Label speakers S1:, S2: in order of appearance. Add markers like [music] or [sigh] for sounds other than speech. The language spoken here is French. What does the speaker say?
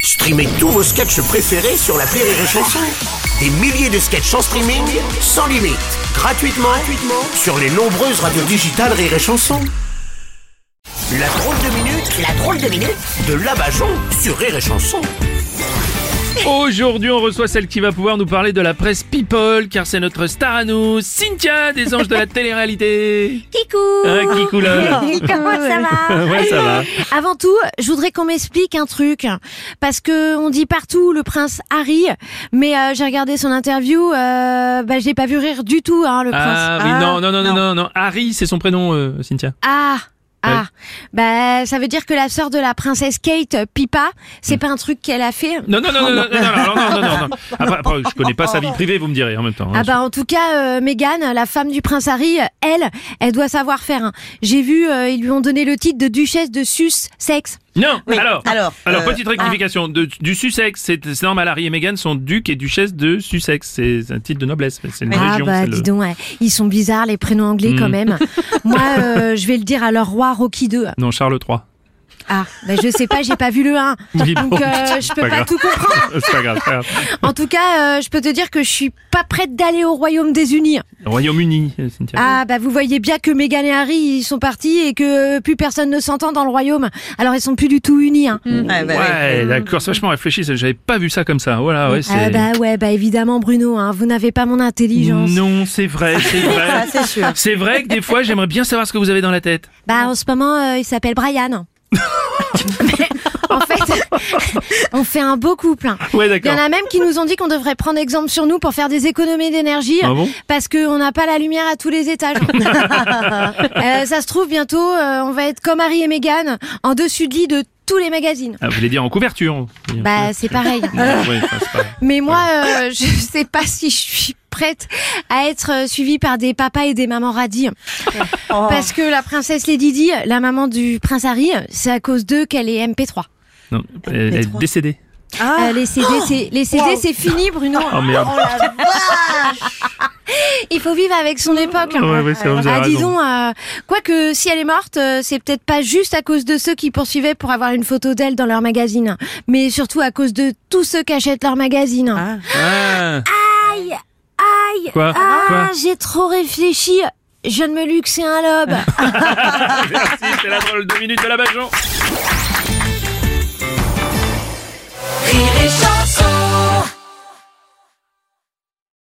S1: Streamez tous vos sketchs préférés sur la Rire et Chanson. Des milliers de sketchs en streaming, sans limite, gratuitement, gratuitement sur les nombreuses radios digitales Rire et Chanson. La drôle de minute, la drôle de minute de Labajon sur Rire et Chanson.
S2: Aujourd'hui, on reçoit celle qui va pouvoir nous parler de la presse People, car c'est notre star à nous, Cynthia des Anges de la
S3: [laughs]
S2: télé-réalité.
S3: Kikou
S2: Ah, Kikou, là.
S3: Comment ça
S2: [laughs]
S3: va
S2: Ouais, ça va.
S3: Avant tout, je voudrais qu'on m'explique un truc. Parce que on dit partout le prince Harry, mais euh, j'ai regardé son interview, euh, bah, je l'ai pas vu rire du tout, hein, le
S2: Ah
S3: prince.
S2: oui, non, non, non, non, non, non. Harry, c'est son prénom, euh, Cynthia.
S3: Ah
S2: Ouais.
S3: ah, bah ça veut dire que la sœur de la princesse Kate, euh, Pipa,
S2: Hmm.
S3: c'est pas un truc qu'elle a fait.
S2: Non, non, non, non, non, non, non, non, non, non, non. Après, après, je connais pas sa vie privée, vous me direz en même temps. hein.
S3: Ah bah en tout cas, euh, Meghan, la femme du prince Harry, euh, elle, elle doit savoir faire. hein. J'ai vu, euh, ils lui ont donné le titre de duchesse de sus sexe.
S2: Non, alors.
S4: alors,
S2: Alors,
S4: euh,
S2: petite
S3: ah.
S2: rectification. De- du Sussex, c'est c'est normal. Harry et Meghan sont duc et duchesse de Sussex. C'est c'est un titre de noblesse. C'est une
S3: Ah
S2: région.
S3: bah
S2: c'est le-
S3: dis donc, ouais. ils sont bizarres les prénoms anglais quand
S2: Mm. [laughs]
S3: même. Moi, euh, je vais le dire à leur roi Rocky 2.
S2: Non, Charles III.
S3: Ah, bah, je sais pas, j'ai pas vu le 1.
S2: Oui, bon,
S3: Donc euh, je
S2: pas
S3: peux pas,
S2: grave.
S3: tout comprendre.
S2: [laughs] c'est pas grave. c'est pas grave.
S3: En tout cas, euh, je peux te dire que je suis pas prête d'aller au Royaume des Unis.
S2: Royaume-Uni, Cynthia.
S3: Ah bah vous voyez bien que Meghan et Harry ils sont partis et que plus personne ne s'entend dans le Royaume. Alors ils sont plus du tout unis. Hein.
S4: ouais, bah, ouais.
S2: Ouais, d'accord, c'est vachement réfléchi, ça, j'avais pas vu ça comme ça. Voilà, ouais, c'est.
S3: Ah bah ouais, bah évidemment Bruno, hein, vous n'avez pas mon intelligence.
S2: non, c'est vrai, c'est
S3: [laughs]
S2: vrai.
S4: Ça, c'est sûr.
S2: C'est vrai que des fois, j'aimerais bien savoir ce que vous avez dans la tête.
S3: Bah en ce moment, euh, il s'appelle
S2: [laughs]
S3: Brian. [laughs] Mais, en fait, [laughs] on fait un beau couple. hein.
S2: Ouais,
S3: Il y
S2: d'accord.
S3: en a même qui nous ont dit qu'on devrait prendre exemple sur nous pour faire des économies d'énergie
S2: Ah bon
S3: parce qu'on n'a pas la lumière à tous
S2: [laughs]
S3: les étages. Euh, ça se trouve, bientôt, euh, on va être comme Harry et Meghan en dessus de lit de tous les magazines.
S2: Ah, vous voulez dire en couverture
S3: Bah, c'est pareil.
S2: Ouais, enfin, c'est pas-
S3: Mais moi, euh, je [laughs] sais pas si je suis prête à être euh, suivie par des papas et des mamans radis.
S4: Oh.
S3: Parce que la princesse Lady Di, la maman du prince Harry, c'est à cause d'eux qu'elle est MP3.
S2: Non, elle est décédée.
S4: Ah.
S3: Euh, les CD, c'est, les CD, c'est fini, Bruno.
S2: Oh merde.
S3: Il faut vivre avec son époque.
S2: Ouais, ouais, c'est vrai, vous avez
S3: ah,
S2: raison.
S3: disons, euh, quoique si elle est morte, euh, c'est peut-être pas juste à cause de ceux qui poursuivaient pour avoir une photo d'elle dans leur magazine, mais surtout à cause de tous ceux qui achètent leur magazine.
S4: Ah.
S2: Ah,
S3: Aïe
S2: quoi
S3: Ah,
S2: Quoi
S3: j'ai trop réfléchi. Je ne me luxe, c'est un lobe.
S2: Merci, c'est la drôle de minute de la Bajon.
S5: Rire et chanson